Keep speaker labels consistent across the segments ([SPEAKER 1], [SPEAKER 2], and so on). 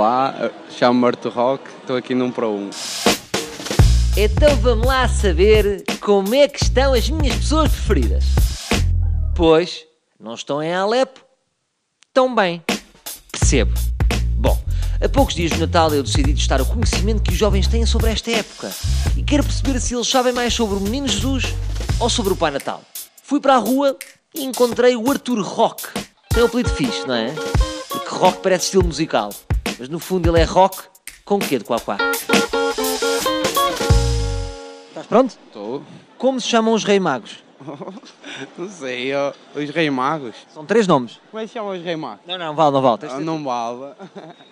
[SPEAKER 1] Olá, chamo-me Arthur Roque, estou aqui num para um.
[SPEAKER 2] Então vamos lá saber como é que estão as minhas pessoas preferidas. Pois, não estão em Alepo? Tão bem. Percebo. Bom, a poucos dias do Natal eu decidi testar o conhecimento que os jovens têm sobre esta época. E quero perceber se eles sabem mais sobre o Menino Jesus ou sobre o Pai Natal. Fui para a rua e encontrei o Arthur Rock. Tem um apelido fixe, não é? Porque rock parece estilo musical. Mas no fundo ele é rock com quê de quá quá. Estás pronto?
[SPEAKER 1] Estou?
[SPEAKER 2] Como se chamam os Rei Magos?
[SPEAKER 1] Não sei, ó, os Rei Magos.
[SPEAKER 2] São três nomes.
[SPEAKER 1] Como é que se chamam os Rei Magos?
[SPEAKER 2] Não, não, vale, não vale. Tens de
[SPEAKER 1] Ah,
[SPEAKER 2] ter-
[SPEAKER 1] não vale.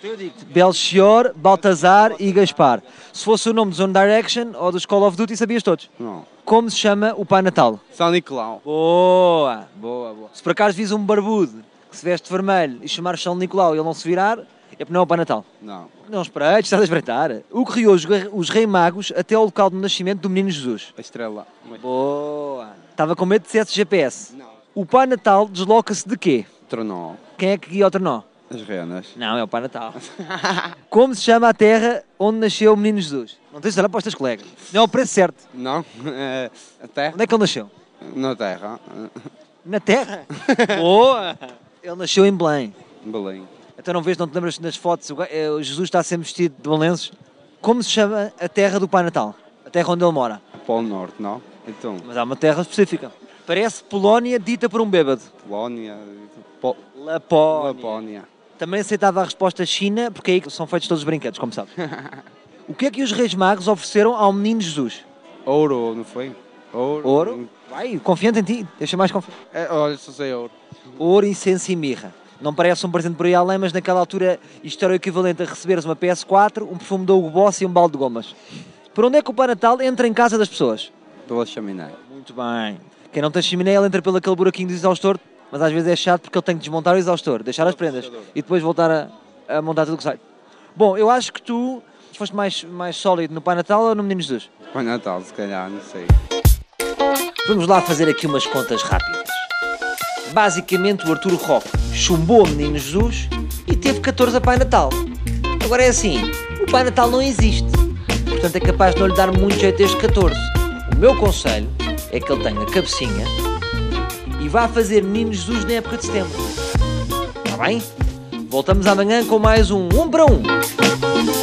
[SPEAKER 2] Eu digo-te, Belchior, Baltazar e Gaspar. Se fosse o nome dos One Direction ou dos Call of Duty, sabias todos.
[SPEAKER 1] Não.
[SPEAKER 2] Como se chama o Pai Natal?
[SPEAKER 1] São Nicolau.
[SPEAKER 2] Boa, boa, boa. Se por acaso vis um barbudo que se veste de vermelho e chamar São Nicolau e ele não se virar, é porque não é o Pai Natal.
[SPEAKER 1] Não.
[SPEAKER 2] Não esperei, estás a espreitar. O que riu os, re- os Rei Magos até ao local do nascimento do Menino Jesus.
[SPEAKER 1] A estrela. Mas...
[SPEAKER 2] Boa. Estava com medo de dissesse GPS.
[SPEAKER 1] Não.
[SPEAKER 2] O Pai Natal desloca-se de quê?
[SPEAKER 1] Tronol.
[SPEAKER 2] Quem é que guia o trenó?
[SPEAKER 1] As renas.
[SPEAKER 2] Não, é o Pai Natal. Como se chama a terra onde nasceu o menino Jesus? Não tens de olhar para os teus colegas. Não é o preço certo.
[SPEAKER 1] Não? Eh, A terra?
[SPEAKER 2] Onde é que ele nasceu?
[SPEAKER 1] Na terra.
[SPEAKER 2] Na terra. Boa! Ele nasceu em Belém.
[SPEAKER 1] Belém.
[SPEAKER 2] Até não vês, não te lembras nas fotos, o ga- eh, o Jesus está sempre vestido de belenenses. Como se chama a terra do Pai Natal? A terra onde ele mora.
[SPEAKER 1] Polo Norte, não? Então,
[SPEAKER 2] Mas há uma terra específica. Parece Polónia dita por um bêbado.
[SPEAKER 1] Polónia. Po...
[SPEAKER 2] Lapónia.
[SPEAKER 1] Lapónia.
[SPEAKER 2] Também aceitava a resposta China, porque é aí são feitos todos os brinquedos, como sabes. O que é que os Reis Magos ofereceram ao menino Jesus?
[SPEAKER 1] Ouro, não foi? Ouro.
[SPEAKER 2] Ouro. Hum. Vai, confiante em ti. Deixa mais confiante.
[SPEAKER 1] É, olha, só sei ouro.
[SPEAKER 2] Ouro, incenso e mirra. Não parece um presente por aí além, mas naquela altura isto era o equivalente a receberes uma PS4, um perfume da Hugo Boss e um balde de gomas. Por onde é que o Pai Natal entra em casa das pessoas?
[SPEAKER 1] Pela chaminé.
[SPEAKER 2] Muito bem. Quem não tem chaminé, ele entra pelo aquele buraquinho do exaustor, mas às vezes é chato porque ele tem que desmontar o exaustor, deixar as prendas e depois voltar a, a montar tudo o que sai. Bom, eu acho que tu foste mais, mais sólido no Pai Natal ou no Menino Jesus?
[SPEAKER 1] Pai Natal, se calhar, não sei.
[SPEAKER 2] Vamos lá fazer aqui umas contas rápidas. Basicamente, o Arturo Roque chumbou o Menino Jesus e teve 14 a Pai Natal. Agora é assim: o Pai Natal não existe. Portanto, é capaz de não lhe dar muito jeito este 14. O meu conselho é que ele tenha cabecinha e vá fazer Menino Jesus na época de Tá setembro. Está bem? Voltamos amanhã com mais um 1 para 1.